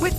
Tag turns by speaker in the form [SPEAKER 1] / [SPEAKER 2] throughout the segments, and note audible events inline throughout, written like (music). [SPEAKER 1] With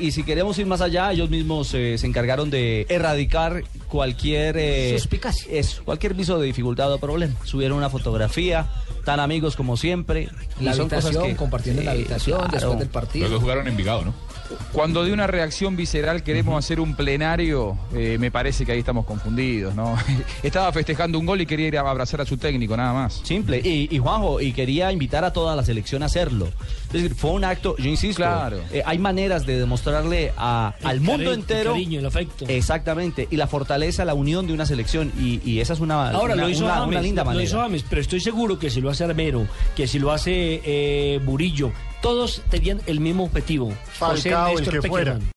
[SPEAKER 2] Y si queremos ir más allá, ellos mismos eh, se encargaron de erradicar cualquier... eh,
[SPEAKER 3] Suspicacia.
[SPEAKER 2] Eso, cualquier viso de dificultad o problema. Subieron una fotografía, tan amigos como siempre.
[SPEAKER 3] En la
[SPEAKER 2] y son cosas
[SPEAKER 3] habitación,
[SPEAKER 2] que-
[SPEAKER 3] compartiendo en la
[SPEAKER 2] Sí,
[SPEAKER 3] habitación
[SPEAKER 2] claro.
[SPEAKER 3] después del partido.
[SPEAKER 4] Los dos jugaron en Vigado, ¿no?
[SPEAKER 5] Cuando de una reacción visceral queremos hacer un plenario, eh, me parece que ahí estamos confundidos, ¿no? (laughs) Estaba festejando un gol y quería ir a abrazar a su técnico, nada más.
[SPEAKER 2] Simple. Y, y, Juanjo, y quería invitar a toda la selección a hacerlo. Es decir, fue un acto, yo insisto,
[SPEAKER 5] Claro.
[SPEAKER 2] eh, hay maneras de demostrarle a, al mundo
[SPEAKER 3] cari- el
[SPEAKER 2] entero...
[SPEAKER 3] cariño, el afecto.
[SPEAKER 2] Exactamente. Y la fortaleza, la unión de una selección. Y, y esa es una,
[SPEAKER 3] Ahora
[SPEAKER 2] una-
[SPEAKER 3] lo hizo
[SPEAKER 2] una-
[SPEAKER 3] James,
[SPEAKER 2] una linda
[SPEAKER 3] lo
[SPEAKER 2] manera.
[SPEAKER 3] hizo James, pero estoy seguro que si lo hace Armero, que si lo hace eh, Murillo, todos tenían el mismo objetivo. José
[SPEAKER 6] Falcao, el
[SPEAKER 3] Néstor
[SPEAKER 6] que fuera.
[SPEAKER 3] Pekerman.